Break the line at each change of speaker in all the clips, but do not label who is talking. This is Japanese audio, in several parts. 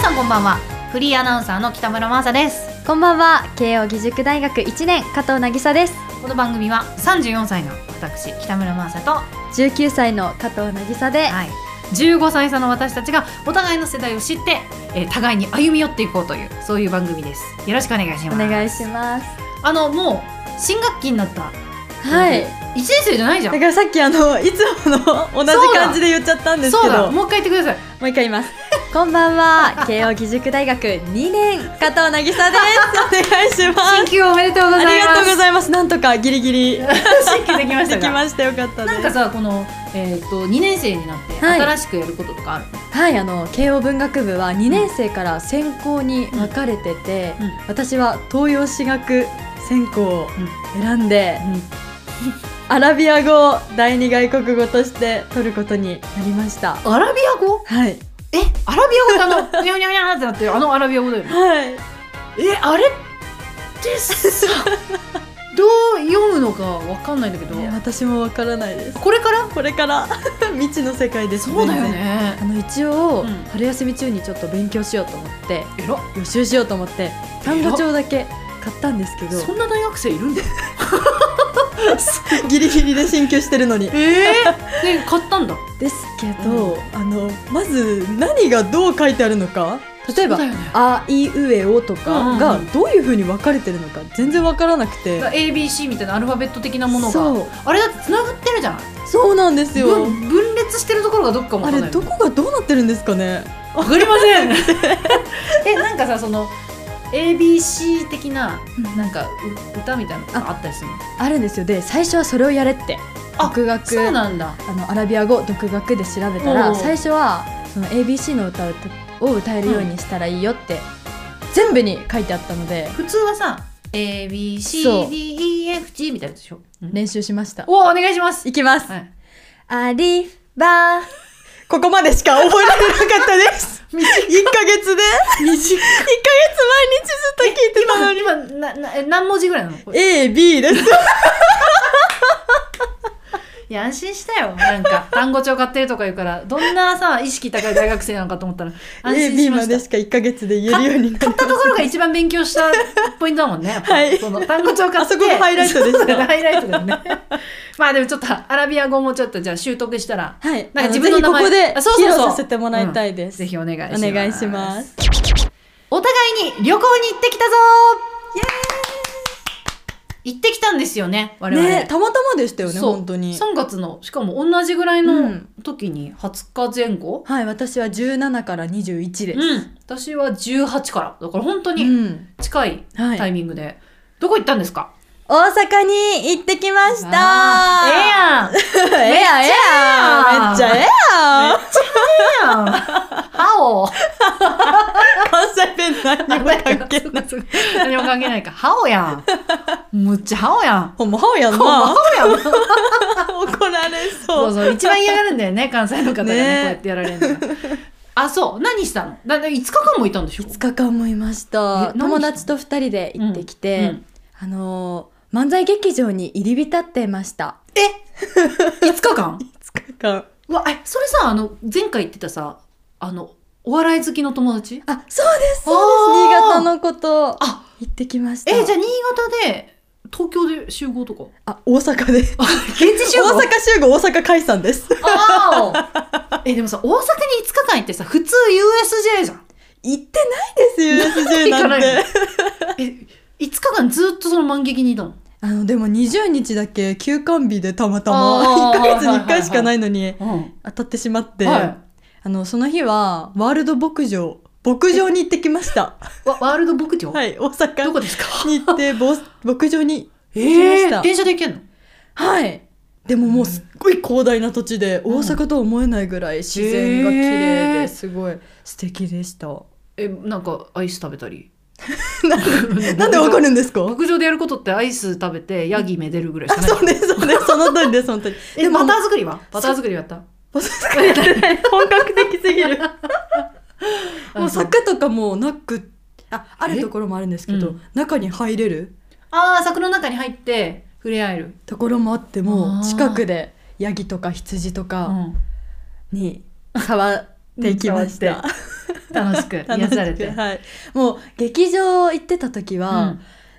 さんこんばんはフリーアナウンサーの北村真麻です
こんばんは慶應義塾大学1年加藤渚です
この番組は34歳の私北村真麻と、は
19歳の加藤渚で、
い、15歳差の私たちがお互いの世代を知って、えー互いに歩み寄っていこうというそういう番組ですよろしくお願いしま
お
す
願いします
あのもう新学期になった
はい
1年生じゃないじゃ
だ
ん
からさっきあのいつもの同じ感じで言っちゃったんです
そ
け
う
ど
だ
も
もう一回言ってくださいう
一回言いますこんばんは慶應義塾大学2年加藤渚ですお願いします
新級おめでとうご
あ
ざ
り
い
が
ま
とうご
す
ざいますなんとかギリギリで
新級できました
き
か
ましたよかったです
なんかさこの、えー、と2年生になって
はい
新しくやることとかある、
はいあの慶応文学部は2年生から専攻に分かれてて、
うん
私は東洋史学専攻を選んで、アラビア語を第二外国語として取ることになりました
アラビア語
はい
えアラビア語 ってあのにゃにゃにゃにゃってなってるあのアラビア語だよね
はい
えあれって さどう読むのかわかんないんだけど
いや私もわからないです
これから
これから 未知の世界です
そうだよ
全然
ね
あの一応、
うん
春休み中にちょっと勉強しようと思って
えら
予習しようと思って単語帳だけ買ったんですけど
そんな大学生いるんだよ
ギリギリで進級してるのに
えー、で買ったんだ
ですけど、あのまず何がどう書いてあるのか例えば「
そうだよね
あいうえお」と
うんうんう
か
ん
がどういうふうに分かれてるのか全然分からなくて、
ABC みたいなアルファベット的なものが
そう
あれだってつながってるじゃない
そうなんですよ
分分裂してるところがどっかも
あれどこがどうなってるんですかね
わかりません えなんかさその ABC 的ななんかう歌みたいなのがあったりするの
あるんですよで最初はそれをやれって
あ
独学
そうなんだ
あのアラビア語独学で調べた
おうお
ら
う
最初はその ABC の歌を歌を歌えるようにしたらいいよって全部に書いてあったので
普通はさ
そう
ABCDEFG みたいなやつでしょ、
練習しました
おお願いします
いきます
はい、
アリバー。ここまでしか覚えられなかったです。1ヶ月で ?1 ヶ月毎日ずっと聞いてたのに。
今ななえ何文字ぐらいなのこれ
A、B です。
いや安心したよなんか 単語帳買ってるとか言うからどんなさ意識高い大学生なのかと思ったら安
A、
心
B
しま
ま
した
でしか1ヶ月で言えるようにな
買ったところが一番勉強したポイントだもんね。やっぱ
はい
その単語帳買って。
あそこがハイライトでした
そうだ ねハイライトだよね。まあでもちょっとアラビア語もちょっとじゃあ習得したら。
はい。
なんか
あ
自分の名前
ぜひこ
あ
こ
そう
で
そう
披露
そう
させてもらいたいです。
ぜひお願いします。
お願いしま。す。
お互いに旅行に行ってきたぞイエーイ行ってきたんですよね、我々。
ね、たまたまでしたよね、
そう
本当に。
3月の、しかも同じぐらいうの
ん
時に20日前後。
はい、私は17から21です。
うん。私は18から。だから本当
う
に
ん。
近い
は
タイ
い。
ミングで。どこ行ったんですか
大阪に行ってきました
あーええやん
ええやんええやんめっちゃええやん
歯を
関西弁何も関係ない。
何も関係ないか歯をやんむっちゃ歯をやん
ほんま、ハオやん
歯
な。
をやん
怒られ
そ
そうう。
そう一番嫌がるんだよね関西の方がね
ね
こうやってやられるのがあそう何したのだだ5日間もいたんでしょ
5日間もいまし
え
た。
何
友達と2人で行ってきて、
うん
あのー漫才劇場に入り浸ってました。
5日間
5日間。
うわえそれさあの前回言ってたさあのお笑い好きの友達
あ、そうです、そうです。新
あー
潟のこと、
あ
行ってきました。
えじゃあ新潟で東京で集合とか
あ、大阪で。 現
現地集合
大阪集合、大阪解散です。
あ あえでもさ大阪に5日間行ってさ普通 USJ じゃん
行ってないです、
行
USJ
か
な
なんい
て。
え5日間ずっとその満劇にいたの
あの、でも20日だけ休館日でたまた
あ
ま、
ー
1ヶ月に1回しかないのに
うん
当たってしまって、
は
あの、その日は、ワールド牧場、牧場に行ってきました。
いわワールド牧場、
はい、大
ど
阪
こですか
に行って、ぼ牧場に
え
行きまし
ー、
た。
電車で行けんの
はい。でももうすっごい広大な土地
ん
で、大阪とは思えないぐらい自然が綺麗
へ
で
ー
すごい素敵でした。
えなんかアイス食べたり
なんでわかるんですか
牧場でやることってアイス食べてヤギめでるぐらいし
あ
かない
そうです、 そうです。その通りです、本当に。
えバタ
ま
ー作りはバター作りやった
本格的すぎる。 もう
あ
柵とかもなく、あ、あ
え
るところもあるんですけど、
うん
中に入れる
あー柵の中に入って触れ合える、
ところもあって
あー
も、近くでヤギとか羊と
う
か
ん
に触っていきました。
楽 しく癒されて、
はい、もう劇場行ってた時は、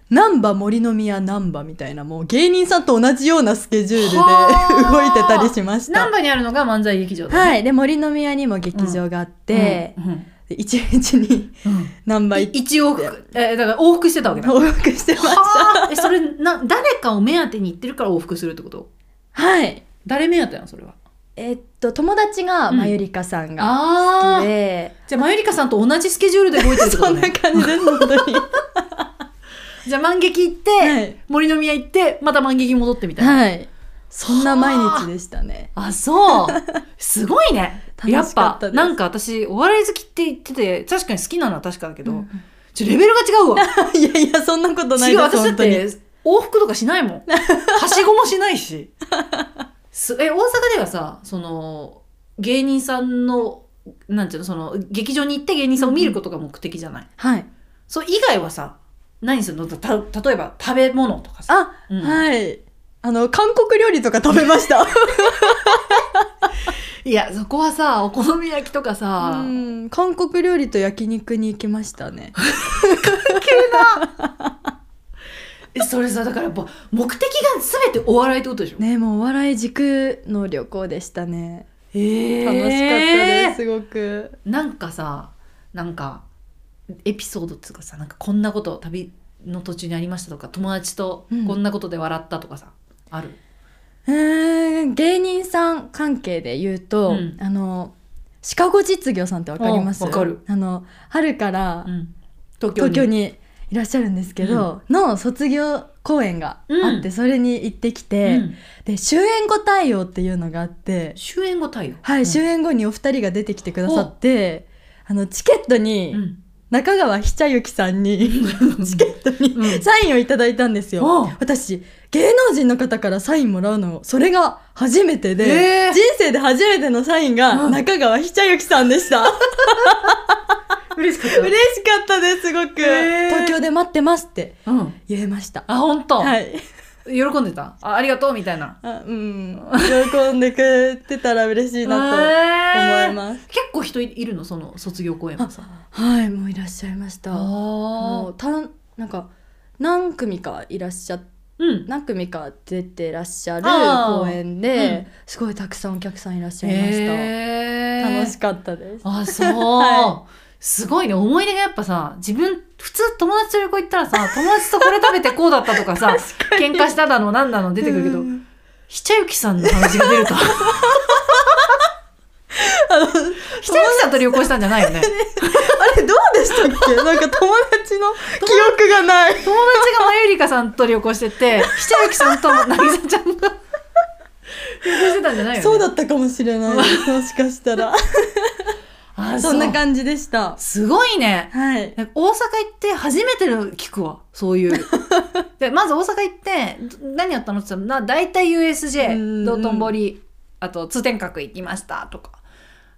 難波森の宮難波みたいなもう芸人さんと同じようなスケジュールで
はあ
動いてたりしまし
ナン
た。
バにあるのが漫才劇場だ、ね、
はい、で森の宮にも劇場があって、
うんうん
で一日に
うん
難波行って
一往復えだから往復してたわけだ
往復 してました。
はあえそれな誰かを目当てに行ってるから往復するってこと
はい。
誰目当てなのそれは
えっと友達が
うん
まゆりかさんが
あー
で、
じゃあまゆりかさんと同じスケジュールで動いてるってこ
そ
と
んな
ね
感じです本当に。
じゃあ満劇行って、
はい
森の宮行ってまた満劇戻ってみたいな、
はい。そんな毎日でしたね。
あそうすごいね
楽
やっ
しかっ
ぱ
たです
なんか私お笑い好きって言ってて確かに好きなのは確かだけど、
うん
ちょレベルが違うわ
いやいやそんなことない
違
で
う私
す
だ
本
っ
当に。
て往復とかしないもんはしごもしないしすえ大阪ではさその芸人さんのなんていうのその劇場に行って芸人さんを見ることが目的じゃない、
はい。
それ以外はさ何するのたた例えば食べ物とかさ、
あ、
うん
はい。あの韓国料理とか食べました。
いやそこはさお好み焼きとかさ、
うん韓国料理と焼肉に行きましたね。
えそれさだからやっぱ目的が全てお笑いってことでしょ、
ねもうお笑い軸の旅行でしたね。
えー
楽しかったですすごく。
なんかさなんかエピソードっつうかさなんかこんなこと旅の途中にありましたとか友達と
うん
こんなことで笑ったとかさ、ある
うーん芸人さん関係で言うと、
うん
あのシカゴ実業さんってわかります？
うんわかる。
あの春から
うん東
東京にいらっしゃるんですけど、の卒業公演があっ
う
て、
ん
それに行ってき
う
て、
ん
で終演後対応っていうのがあって、
終演後対応
はい、終
演
演後にお二人が出てきてくださって、あのチケットに中川ひちゃゆきさんに、 チケット
う
に
ん
サインをいただいたんですよ。私芸能人の方からサインもらうのそれが初めてで、
へー
人生で初めてのサイン
う
が
ん
中川ひちゃゆきさんで した。
嬉しかった
嬉しかったですすごく、
へー
東京で待ってますって
うん
言えました
あ本当、
はい
喜んでたあありがとうみたいな
あうん喜んでくれてたら嬉しいなと思い
す
ます、
結構人いるのその卒業公演もさ
はいもういらっしゃいましたも
あ
うたんなんか何組かいらっしゃ
うん
何組か出てらっしゃる
あー
公演
う
で
ん、
すごいたくさんお客さんいらっしゃいました、
へー
楽しかったです
あ、そう。
は
すごいね。思い出がやっぱさ、自分、普通友達と旅行行ったらさ、友達とこれ食べてこうだったとか さ、喧嘩しただの、なんだの出てくるけど
う、ん
ひちゃゆきさんの話が出 ると。ひちゃゆきさんと旅行したんじゃないよね。友
あれどうでした っけなんか友達の記憶がない
達がまゆりかさんと旅行して て、ひちゃゆきさんとなぎさちゃんが旅行してたんじゃないよね。
そうだったかもしれないですもしかしたら
あ
そんな
じ。
感じでした
すごいね。
はい
なんか大阪行って初めての聞くわそういう でまず大阪行ってど何やったのって言ったらな大体
うんう
USJ
ん
道頓堀あと通天閣行きましたとか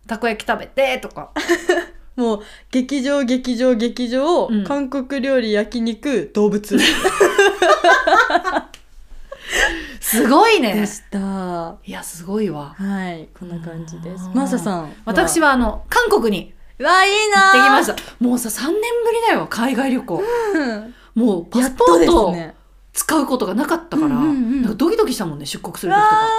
たこ焼き食べてとか
もう劇場劇場劇場、
うん
韓国料理焼肉動物
すごい
で
ね
した
いやすごいわ
はいこんな感じです
あー
マサさん
私はあの韓国に
わいい
行
な
ってきま
し
したもうさ3年ぶりだよ海外旅行
た
もうパ
や
ス
っ
ポ
と
ー
です
トを
ね
使うことがなかったから、
うんうんうん
なんかドキドキしたもんね出国する時と
わ
か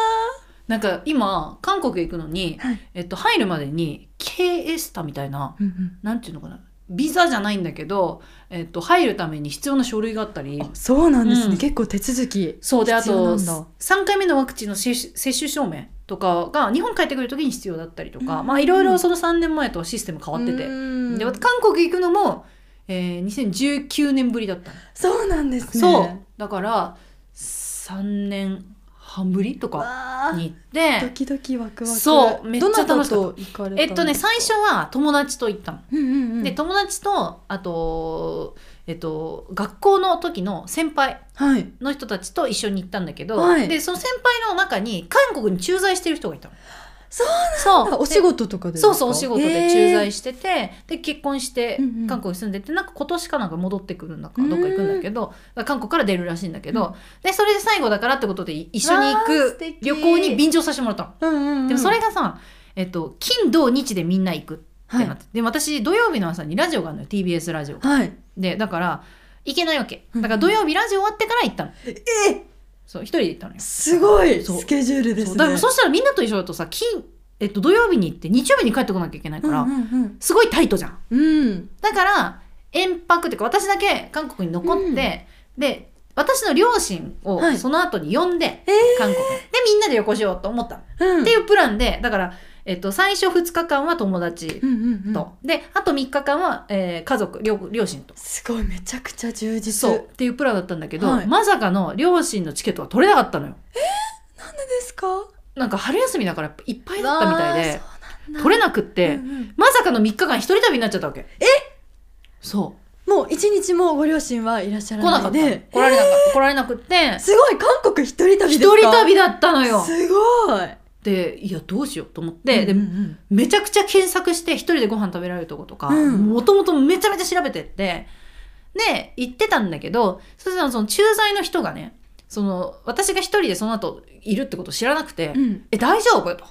なんか今韓国行くのに、
はい
えっと、入るまでに K スタみたいな
ーうん
なんていうのかなビザじゃないんだけど、えっと、入るために必要な書類があったり
うんあそうなんですね、
うん
結構手続き
そうであ
必要な
と
んだ
3回目のワクチンの接種接種証明とかが日本帰ってくる時に必要だったりとか、
うん
まあいろいろその3年前とはシステム変わってて、
て
で韓国行くのも、えー、2019年ぶりだったの、
そうなんですね
そうだから3年半ぶりとか
わー
に行って
ドキドキワクワク
そうめっちゃ楽しかった
どなたと行かれた
えっとね最初は友達と行ったの。
うんうんうん
で友達とあと、えっと、学校の時の先輩
はい
の人たちと一緒に行ったんだけど、
はい
でその先輩の中に韓国に駐在してる人がいたの。
そう
そう
あ お仕事とかでです
そ
か
うそうお仕事で駐在してて、で結婚して
うんうん
韓国に住んでてなんか今年かなんか戻ってくるんだかどっか行くんだけどだから韓国から出るらしいんだけど、
う
でそれで最後だからってことで一緒に行
わあ素
く
敵
旅行に便乗させてもらったの。
うんうんうん
でもそれがさ、えっと、金土日でみんな行くっってなって、で私土曜日の朝にラジオがあるのよ TBS ラジオ
はい。
でだから行けないわけ
うん
だから土曜日ラジオ終わってから行ったの
え
そう一人で行ったのよ
すごい
そう
スケジュールです
そう
ね。
だからそしたらみんなと一緒だとさ金、えっと、土曜日に行って日曜日に帰ってこなきゃいけないから、
うんうん
すごいタイトじゃん
うん。うん
だから遠泊っていうか私だけ韓国に残って、で私の両親を
はい
その後に呼んで、
え
韓国でみんなで旅行しようと思ったの、
うん
っていうプランでだから、えっと、最初2日間は友達
うんうんうん
と、であと3日間は、えー家族両両親と
すごいめちゃくちゃ充実
そうっていうプランだったんだけど、
はい
まさかの両親のチケットは取れなかったのよ
なんでですか
なんか春休みだからやっぱいっぱいだったみたいで取れ
な
なくって、
うんうん
まさかの3日間一人旅になっちゃったわけえそ
もう一日もご両親はいらっしゃ
う
ら
来な
な
かっ
い
たの
で
来られなかった来られなくって
すごい韓国一人旅です
一
か
人旅だったのよ
すごい
でいやどうしようと思って、
うんう
で
ん
めちゃくちゃ検索して一人でご飯食べられるとことか
うん
もともとめちゃめちゃ調べてってで行ってたんだけどそしたらその駐在の人がねその私が一人でその後いるってことを知らなくて「
うん
え大丈夫?」と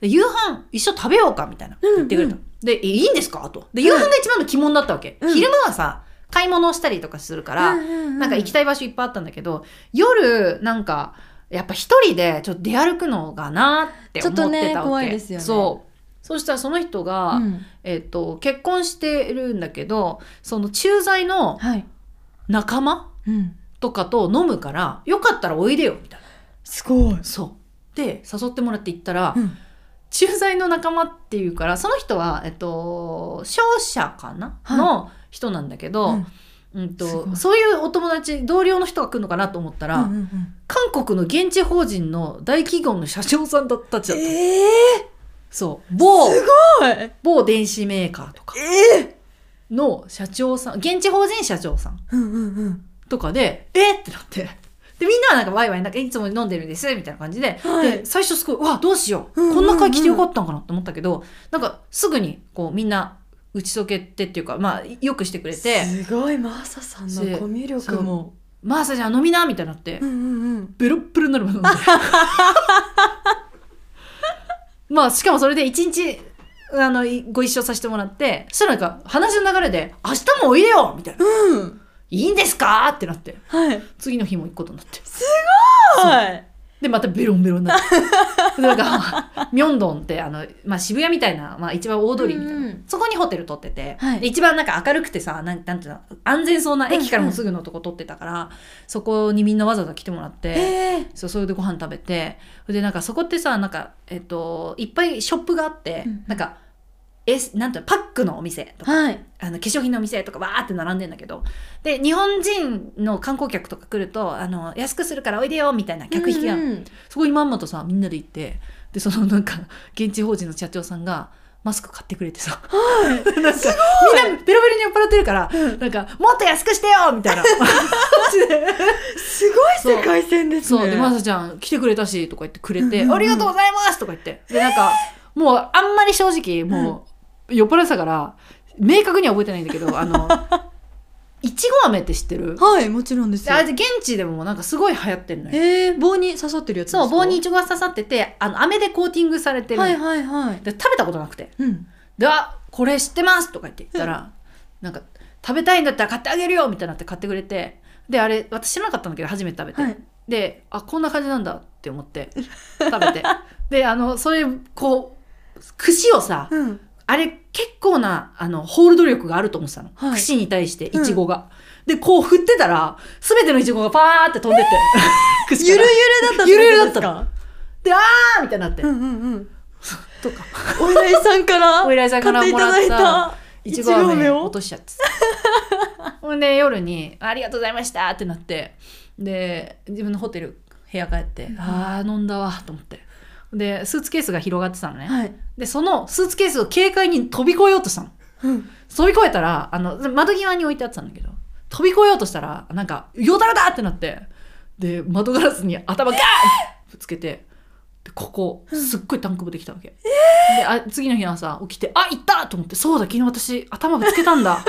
で「夕飯一緒食べようか」みたいな
うん
言ってくれた、
うん
で「えいいんですか?」とで夕飯が一番の疑問だったわけ、
うん
昼間はさ買い物をしたりとかするから、
うんうんうん
なんか行きたい場所いっぱいあったんだけど、夜、なんか、やっぱ一人でちょっと出歩くのがなって思ってたわけ。
ちょっとね怖いですよね
そう。そしたらその人が、
うん
えっ、と、結婚してるんだけど、その駐在の
はい
仲間
うん
とかと飲むから、よかったらおいでよ、みたいな。
すごい
そう。で、誘ってもらって行ったら、
うん
駐在の仲間っていうから、その人は、えっ、と、商社かな、
はい
の人なんだけど、
うん
うん
すご
と
い
そういうお友達同僚の人が来るのかなと思ったら、
うんうんうん
韓国の現地法人の大企業の社長さんだったちだった、
ええ
そう某
すごいえ
某電子メーカーとか
え
の社長さん現地法人社長さん
うんうんうん
とかでえっってなってでみんなはなんかワイワイなんかいつも飲んでるんですみたいな感じで,、
はい
で最初すごいうわどうしよう,、
うんうんうん
こんな会来てよかったんかなと思ったけどなんかすぐにこうみんな打ち解けてっていうかまあよくしてくれて
すごいマーサさんのコミュ力も
「マーサじゃあ飲みな」みたいになって、
うんうんうん
ベロッベロになるまで飲んで まあしかもそれで一日あのいご一緒させてもらってそしたらなんか話の流れで「明日もおいでよ!」みたいな「
うん
いいんですか?」ってなって
はい
次の日も行くことになって
はい
でまたベロンベロンに なってでなんかミョンドンってあの、まあ、渋谷みたいな、まあ、一番大通りみたいな、
うんうん
そこにホテル取ってて、
はい
で一番なんか明るくてさなんなんていうの安全そうな駅からもすぐのとこ取ってたから、そこにみんなわざわざ来てもらって。
ええ
そうそれでご飯食べてでなんかそこってさなんか、えっと、いっぱいショップがあって、
うん
なんかえなんていうのパックのお店とか
はい
あの化粧品のお店とかわーって並んでんだけどで日本人の観光客とか来るとあの安くするからおいでよみたいな客引きが、
うんうん
そこにまんまとさみんなで行ってでそのなんか現地法人の社長さんがマスク買ってくれて さ、なんかみんなベロベロに酔っ払ってるから、
うん
なんかもっと安くしてよみ たいなマジで。
すごい世界線ですね
そう、で、まさちゃん来てくれたし、とか言ってくれて、
うんうんうん
ありがとうございますとか言って。で、なんか、もう、あんまり正直、もう、酔っ払ってたから、明確には覚えてないんだけど、あ の、いちご飴って知ってる
はいもちろんです
で
よ
あれ現地でもなんかすごい流行ってんのよ。
えー、棒に刺さってるやつですか
そう、棒にいちごが刺さってて、あの、飴でコーティングされてるの、
はいはいはい
で食べたことなくて。
うん
で、あ、これ知ってますとか言って言ったら、なんか、食べたいんだったら買ってあげるよみたいになって買ってくれて、で、あれ、私知らなかったんだけど、初めて食べて。
はい
であこんな感じなんだって思って食べてであのそういうこう串をさ
うん
あれ結構なあのホールド力があると思ってたの、
はい
串に対していちごが、でこう振ってたら全てのいちごがパーって飛 んでって、串
ゆる
か
ゆ
ら
るだった
ゆるゆるだった
の
であーみたいになって、
うんうんうん
とか
お依頼さんから
お依頼さんから
買ってい
もらった
だいた
いちご飴
飴
を落としち ゃってたほんで夜に「ありがとうございました」ってなってで自分のホテル部屋帰って
うん
「あー飲んだわ」と思ってでスーツケースが広がってたのね、
はい、
でそのスーツケースを軽快に飛び越えようとしたの
うん、
飛び越えたらあの窓際に置いてあったんだけど飛び越えようとしたらなんかよだらだってなってで窓ガラスに頭ガーンぶつけてでここすっごいタンクブできたわけ、であ次の日の朝起きてあ行ったと思ってそうだ昨日私頭ぶつけたん だ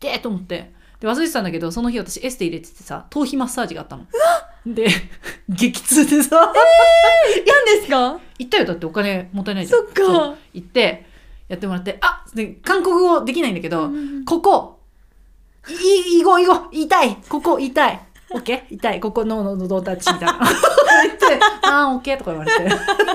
痛えと思ってで忘れてたんだけどその日私エステ入れててさ頭皮マッサージがあったので激痛でさ
やんですか
行ったよだってお金もったいないじゃん
そっか
そう行ってやってもらって、あで韓国語できないんだけど、
うん
ここ、い、いご、いご、痛い、ここ、痛い。オッケー痛い、ここ、の、の、の、どタッチみたいな。 言って、あー、オッケーとか言われて、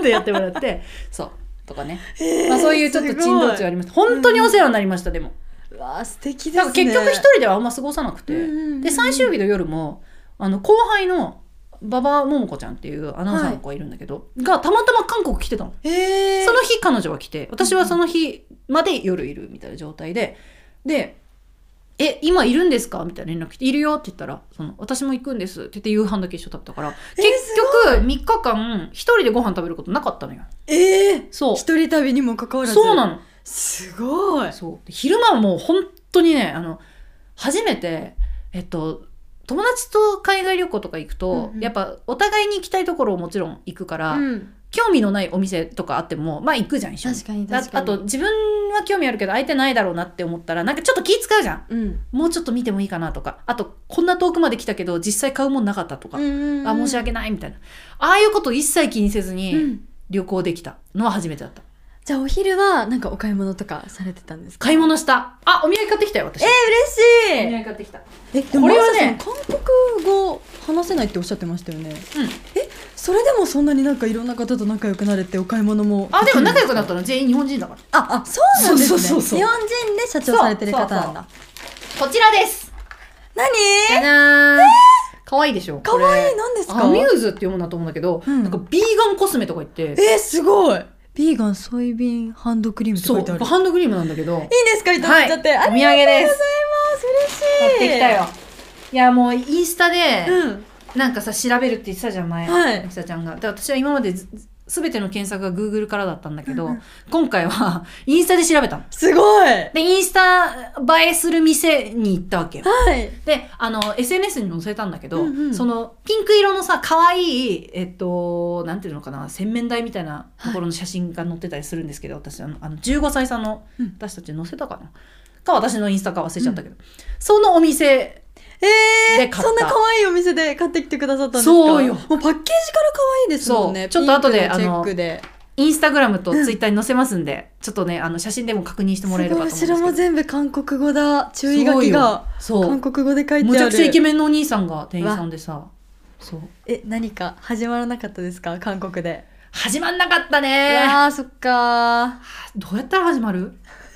で やってもらって、そう、とかね。まあそういうちょっと珍道中ありました。本当にお世話になりました、でも。
うわあ素敵で
だ
す
か
ね
ら結局一人ではあんま過ごさなくて。で、最終
日
日の夜も、あの、後輩の、馬場桃子ちゃんっていうアナウンサーの子がいるんだけど、がたまたま韓国来てたの。
えー、
その日彼女は来て私はその日まで夜いるみたいな状態でで「え今いるんですか?」みたいな連絡来て「いるよ」って言ったら「その私も行くんです」って言って夕飯だけ一緒食べたから
えー
結局3日間一人でご飯食べることなかったのよ
えー、
そう
一人旅にもかかわらず
そうなの
すごい
そうで昼間はもう本当にねあの初めてえっと友達と海外旅行とか行くと、
うんうん
やっぱお互いに行きたいところをもちろん行くから、
うん、
興味のないお店とかあってもまあ行くじゃん一緒に
確かに
あ
確かに
あと、自分は興味あるけど相手ないだろうなって思ったらなんかちょっと気使うじゃん
うん
もうちょっと見てもいいかなとかあとこんな遠くまで来たけど実際買うもんなかったとか、あ申し訳ないみたいなああいうこと一切気にせず
う
に
ん
旅行できたのは初めてだった
じゃあお昼はなんかお買い物とかされてたんですか
買い物したあお土産買ってきたよ私え
え
お土
嬉しい
産買ってきた
えでも
これはね
マサさん韓国語話せないっておっしゃってましたよね
うん
それでもそんなになんかいろんな方と仲良くなれてお買い物も
あでも仲良くなったたの全員日本人だから
ああそうなんです
そ
ね
うそうそうそう
日本人で社長されてる方なんだ
こちらです
何
じゃじゃーん可愛いでしょ
かわいい
こ
何です
れ
か
アミューズって読むんだと思うんだけど、
うん
なんかビーガンコスメとか言って
えー、すごいビーガンソイビンハンドクリームって
そ
書
う
いてあるいいん
ハンドクリームなんだけど
ですかいただいちゃって、
はい
ありがとうござい
買っ
ます嬉しい
てきたよいやもうインスタで
うん
なんかさ調べるって言ってたじゃん前
はい
みさちゃんがで私は今までずず全ての検索が Google からだったんだけど、
うんうん
今回はインスタで調べたの
すごい
でインスタ映えする店に行ったわけよ
はい
であの SNS に載せたんだけど、
うんうん
そのピンク色のさ可愛いえっとなんていうのかな洗面台みたいなところの写真が載ってたりするんですけど、私あのあの15歳さんの
うん
私たち載せたかな、か私のインスタか忘れちゃったけど、そのお店
え
で買
ー、
った
そんな可愛いお店で買ってきてくださったんですか
そうよ
もうパッケージから可愛いですもんね
そうちょっと後で
ピンクのチェックで
インスタグラムとツイッターに載せますんで、ちょっとね、あの、写真でも確認して
す
も
ご
ら
い
えればと思うんですけ
後
ど。
ろも全部韓国語だ注意書きが
そうよ。
韓国語で書
そう。
いてある
むちゃくちゃイケメンのお兄さんが店員さんでさ、そう。
え何か始まらなかったですか韓国で、
始まんなかった
う
ね
わーそっか
どうやったら始まる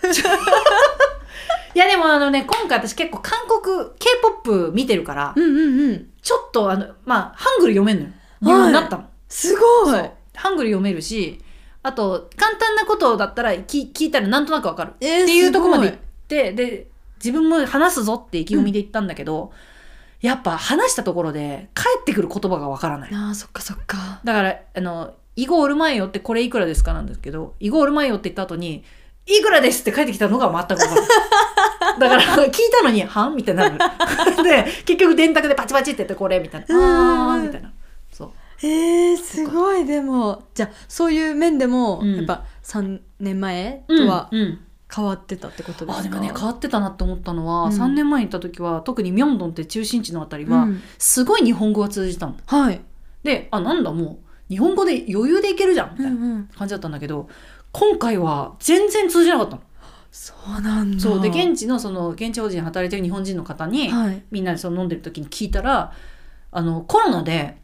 いや、でもあのね、今回私結構韓国、K-POP 見てるから
ー、うんうんうん
ちょっとあの、まあ、ハングル読めんのよ。日本になったの。
すごい
そうハングル読めるし、あと、簡単なことだったら聞聞いたらなんとなくわかる。
えー
っていうところまで
す
行ってで自分も話すぞって意気込みで行ったんだけど、やっぱ話したところで返ってくる言葉がわからない
ごいあーそっかそっか
だからあの「イゴールマイよってこれいくらですか?」なんですけど「イゴールマイよって言った後に「いくらです」って返ってきたのが全くわからないだから聞いたのに「はん?」みたいになる で結局電卓でパチパチってやって「これ」みたいな「あ
う
ー
ん
みたいなそう
えー、すごいでもじゃあそういう面でも、
うん
やっぱ3年前
うん
とは
うん
変わってたってことです
あ
か、
でもね変わってたなって思ったのは、
うん
3年前に行った時は特にミョンドンって中心地のあたりは、
うん
すごい日本語が通じたの。
はい、
であなんだもう日本語で余裕でいけるじゃんみたいな
うん、
感じだったんだけど今回は全然通じなかったの。
そうなんだ
そうで現地のその現地法人で働いてる日本人の方に、
はい
みんなでその飲んでる時に聞いたらあのコロナで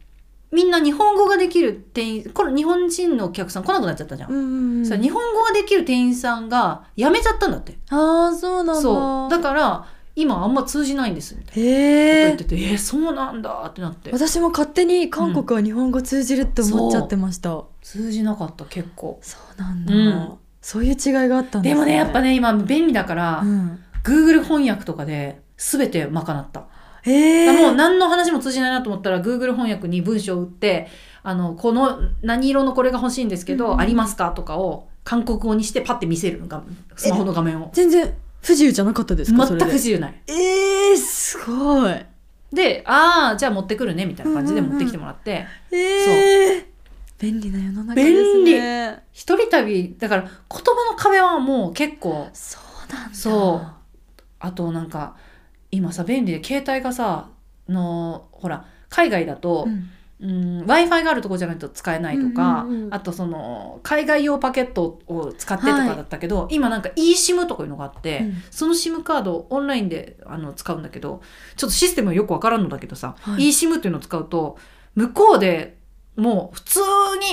みんな日本語ができる店員コロ日本人のお客さん来なくなっちゃったじゃん。
ん
そしたら日本語ができる店員さんが辞めちゃったんだって。
ああそうなんだ
そうだから今あんま通じないんですみたいなこと
へ
言っ
え
てて、えーそうなんだってなって
私も勝手に韓国は日本語通じるって思っちゃってました、
通じなかった結構。
そうなんだ、
うん
そういう違いがあったんで
ですもねやっぱ
ね、
ね今便利だから、
うん
Google 翻訳とかで全て賄った、
ええ
もう何の話も通じないなと思ったら Google 翻訳に文章を打ってあのこの何色のこれが欲しいんですけど、
うん
ありますかとかを韓国語にしてパッて見せるのがスマホの画面を
全然不自由じゃなかったです
全
か
く不自由ない
由ええすごい
でああじゃあ持ってくるねみたいな感じで
うんうんう
持
ん
ってきてもらって、
ええ便利な世の中です
便利
ね
一人旅だから言葉の壁はもう結構
そうなんだ
そうあとなんか今さ便利で携帯がさのほら海外だと、
うん
うん、w i f i があるとこじゃないと使えないとか、
うんうんうん
あとその海外用パケットを使ってとかだったけど、今なんか eSIM とかいうのがあって、
うん
その SIM カードをオンラインであの使うんだけどちょっとシステムはよくわからんのだけどさ、
はい
eSIM っていうのを使うと向こうでもう普通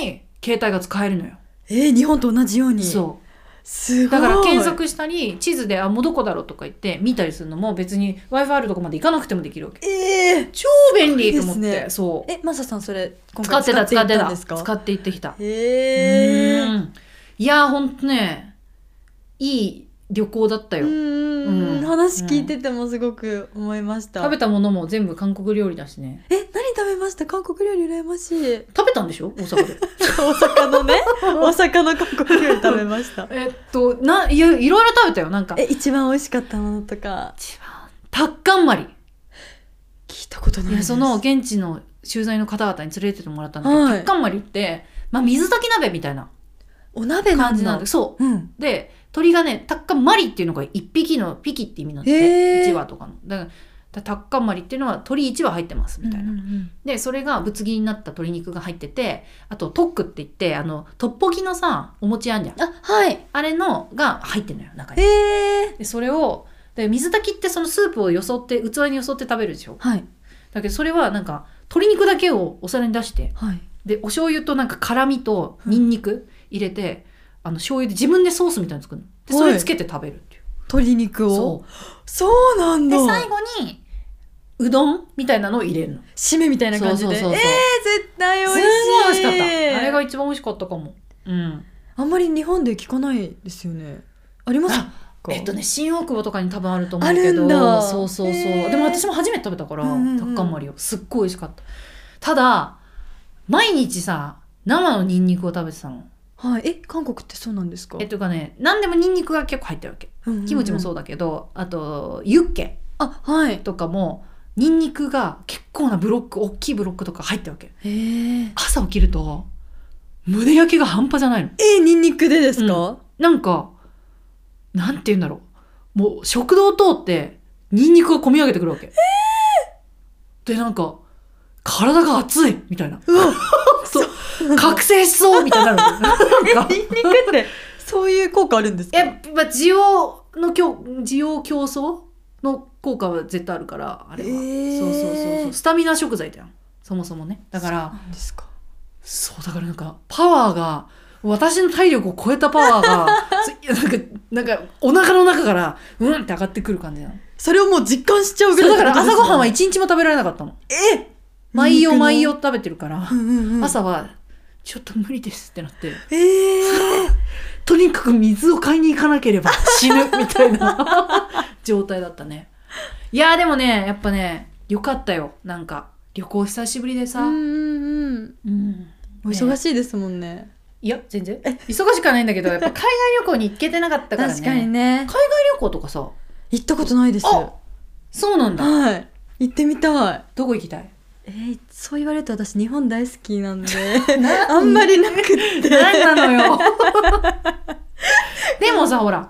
に携帯が使えるのよ。
えー、日本と同じように。う。
そう
すご
だ
い。
から検。索したり地図で「あもうどこだろう?」とか言って見たりするのも別に w i f i あるとこまで行かなくてもできるわけ
えー、
超便利と思って、
いいですね
そう
え、マサさんそれ、今
使
回
ってた使
い
って
ん
た
ですか
使って行ってきた
え
う
ー。
んいやーほんとねいい旅行だった
う
よ、
ん
うん
話聞いててもすごく思いました。
食べたものも全部韓国料理だしね
え、何食べました韓国料理羨ましい。
食べたんでしょ大阪で
大阪のね、大阪の韓国料理食べま した。
えっとないやいろいろ食べたよなんか
え、一番美味しかったものとか。
一番タッカンマリ
聞いたことない
い
で
や
す。
その、現地の駐在の方々に連れてってもらったんだけど、
はい
タッカンマリって、まあ、水炊き鍋みたいな
お鍋な
感
ん
じなん
だ
で。そう
うん。
で鳥がねタッカンマリっていうのが一匹のピキって意味なんで
へー
1羽とかのだからタッカンマリっていうのは鳥1羽入ってますみたいな、
うんうんうん
でそれがぶつ切りになった鶏肉が入っててあとトックって言ってあのトッポギのさお餅あんじゃん
あ、はい。
あれのが入ってんのよ中に
へえ。
でそれをで水炊きってそのスープをよそって器によそって食べるでしょ
はい。
だけどそれはなんか鶏肉だけをお皿に出して
はい。
でお醤油となんか辛味とニンニク入れて、あの醤油で自分でソースみたいなの作るのでそれつけて食べるっていう、
鶏
そ
肉
う
を。そうなん
で
だ。
最後にうどんみたいなのを入れるの
締めみたいな感じで。
そうそうそうそう
えー、絶対美
すご
味しい。
い美味しかったあれが一番美味しかったかもうん
あんまり日本で聞かないですよね。ありますか
えっとね新大久保とかに多分あると思うけ
あるんだ
どそうそうそう、
へー
でも私も初めて食べたから、
うんうんうん
タッカンマリをすっごい美味しかったただ毎日さ生のニンニクを食べてたの
はい。え、韓国ってそうなんですか。
えっとかね何でもニンニクが結構入ってるわけキムチもそううだけど、あとユッケ
あ、はい。
とかもニンニクが結構なブロック大きいブロックとか入ってるわけ
へえ。
朝起きると胸焼けが半端じゃないの
え、ニンニクでですか
なんかなんて言うんだろうもう食堂通ってニンニクがこみ上げてくるわけ、でなんか体が熱いみたいな
うわ
そう覚醒しそうみたいになる わけなんか
ニンニクって、そういう効果あるんですか
やっぱ需要の競需要競争の効果は絶対あるからあれは、
へー
そうそうそうそうスタミナ食材だよそもそもねだから
そうなんですか
そうだからなんかパワーが私の体力を超えたパワー がそういやなんかなんかお腹の中からうんって上がってくる感じなの
それをもう実感しちゃうぐ
そ
ら
う
い
だから朝ごはんは
え
一日も食べられなかったの
え
毎夜毎夜食べてるから
うんうんうん
朝はちょっと無理ですってなって
ええ
とにかく水を買いに行かなけ れば死ぬみたいな 状態だったねいやーでもねやっぱねよかったよなんか旅行久しぶりでさ、
うんうんうん
うん
お忙しいですもんね
いや全然忙しくはないんだけどやっぱ海外旅行に行けてなかったからね
確かにね
海外旅行とかさ
行ったことないです
あ
は
そうなんだ
い行ってみたい
どこ行きたい
えー、そう言われると私日本大好きなんで あんまりなくって
何なのよ でもさほら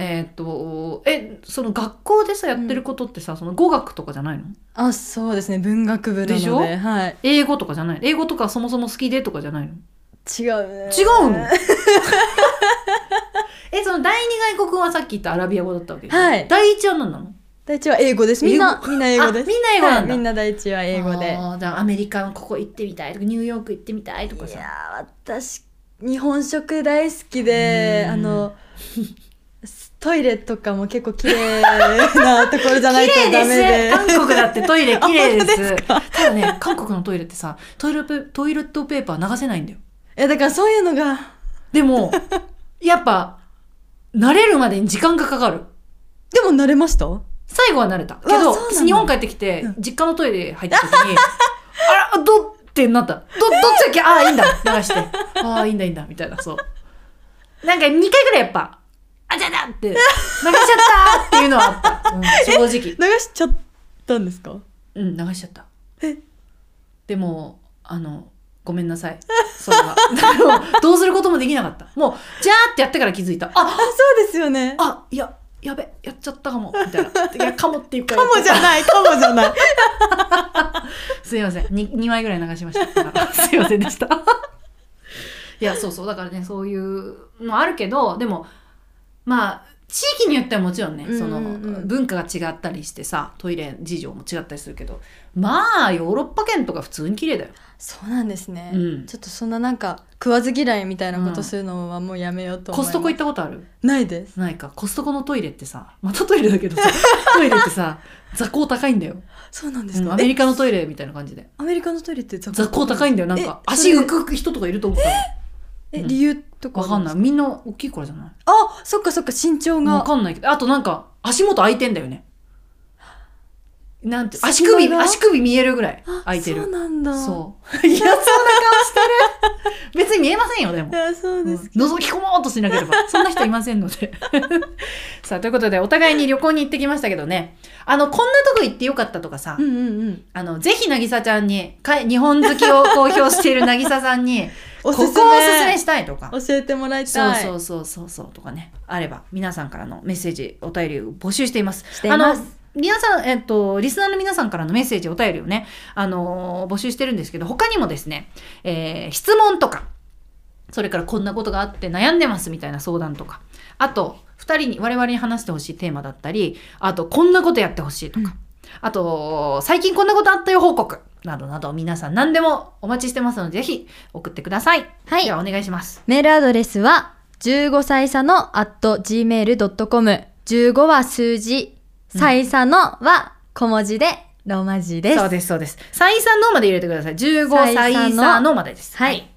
えーっとえその学校でさやってることってさ、その語学とかじゃないの
あそうですね文学部なので
でしょ
はい
英語とかじゃない英語とかそもそも好きでとかじゃないの
違うね
違うの えその第二外国語はさっき言ったアラビア語だったわけでしょ
はい
第一は何なの
第一は英語ですみんなみんな英語で
あ
す
みんな英語なんだ
はいみんな第一は英語で
あーじゃあアメリカのここ行ってみたいとかニューヨーク行ってみたいとか
い
さ
やー私日本食大好きで
うん
あのトイレとかも結構綺麗なところじゃないと
綺
ダメ
麗で
で
す韓国だってトイレ綺麗で
あ
す
本当です
ただね韓国のトイレってさトイレペトイレットペーパー流せないんだよ
いやだからそういうのが
でも やっぱ慣れるまでに時間がかかる
でも慣れました
最後は慣れたけ
うわ
ど
そうなんだ
日本帰ってきて
うん
実家のトイレ入った時にあらどってな ったどどっちだっけああいいんだ流してああいいんだいいんだみたいなそうなんか2回ぐらいやっぱあじゃだ って流しちゃったっていうのはあった、うん正直
流しちゃったんですか
うん流しちゃった
え
でもあのごめんなさい それはだからどうすることもできなかったもうじゃーってやってから気づいたあ
あそうですよね
あいややべやっちゃったかもみたいな いやかもっていうか
かもじゃない、かもじゃない。
すいません 2, 2枚ぐらい流しましただから すいませんでしたいやそうそうだからねそういうのあるけどでもまあ地域によってはもちろんねその
うんうんうん
文化が違ったりしてさトイレ事情も違ったりするけどまあヨーロッパ圏とか普通に綺麗だよ、
そうなんですね。
うん、
ちょっとそんななんか食わず嫌いみたいなことするのはもうやめようと思
コ
いま
ス
す
トコ行ったことある
ないです。
ないかコストコのトイレってさまたトイレだけど さトイレってさ座高高いんだよ、
そうなんで
う
す
ん
か。
アメ
え
リカのトイレみたいな感じで
アメリカのトイレって座
座高高いんだよなんか足浮。く人とかいると思った
えそれえ
うん
理由とか。
わかんないいみんな大きいからじゃない
あ、そっかそっか身長
わ
が。
かんないけどあとなんか足元開いてんだよねなんて足
隙
首
間が
足首見えるぐらい
あ
開いて
そう
る
なんだ。
そう いやそんな顔してる別に見えませんよでも
いやそう
うん
ですか。
覗き込もうとしなければ そんな人いませんので さあということでお互いに旅行に行ってきましたけどねあのこんなとこ行ってよかったとかさ、
うんうんうん。
あのぜひ渚ちゃんにか日本好きを公表している渚さんに
おすすめ
ここをおすすめしたいとか
教えてもらい
そう
たい。
そうそうそうそうとかねあれば皆さんからのメッセージお便りを募集しています。
しています
あの皆さん、えっと、リスナーの皆さんからのメッセージお便りをね、あのー募集してるんですけど他にもですね、えー質問とかそれからこんなことがあって悩んでますみたいな相談とかあと2人に我々に話してほしいテーマだったりあとこんなことやってほしいとか、
うん
あと最近こんなことあったよ報告などなど皆さん何でもお待ちしてますのでぜひ送ってください。
はい
ではお願いします。
メールアドレスは15歳差の at gmail.com 15は数字、
うん
歳差のは小文字でローマ字です
そうです、そうです。再三のまで入れてください。15
再
再
三の
三のまでです。
はい。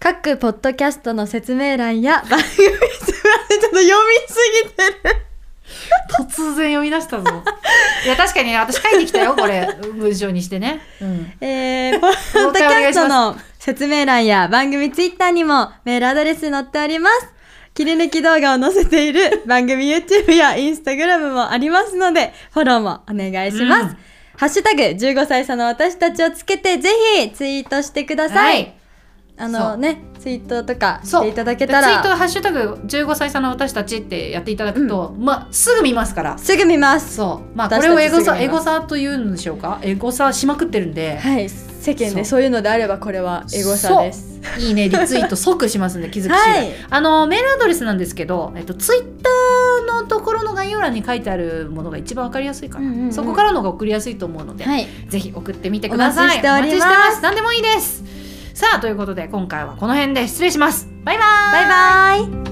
各ポッドキャストの説明欄や番組すいませんちょっと読みすぎてる
突然読み出したぞ。 いや、確かにね、私書いてきたよ、これ。文章にしてね。うん。
え ー、ポッドキャストの説明欄や番組ツイッターにもメールアドレス載っております。切り抜き動画を載せてい る番組 YouTube や Instagram もありますので、フォローもお願いします。
うん
ハッシュタグ15歳差の私たちをつけて、ぜひツイートしてください。。あ
そう
のね、ツイートとかし
そう。
ていただけたら、
ツイート、ハッシュタグ、15歳差の私たちってやっていただくと、まあ、すぐ見ますから。
すぐ見ます。
そう。まあ、こ
私たち
れをエゴ
すぐ
サ、エ
見ま
ゴ
す
サというんでしょうか。エゴサしまくってるんで、
はい、世間
そ
で
う
そういうのであればこれはエゴサです。
いいね、リツイート即し ますんで、気づき次第。
はい。
あのメールアドレスなんですけど、えっと、ツイッターのところの概要欄に書いてあるものが一番わかりやすいかな、
うんうんうん
そこからのが送りやすいと思うので、
はい。
ぜひ送ってみてください
お待ちしております
お待ちして何でもいいですさあということで今回はこの辺で失礼しますバイバーイ
バイバイ。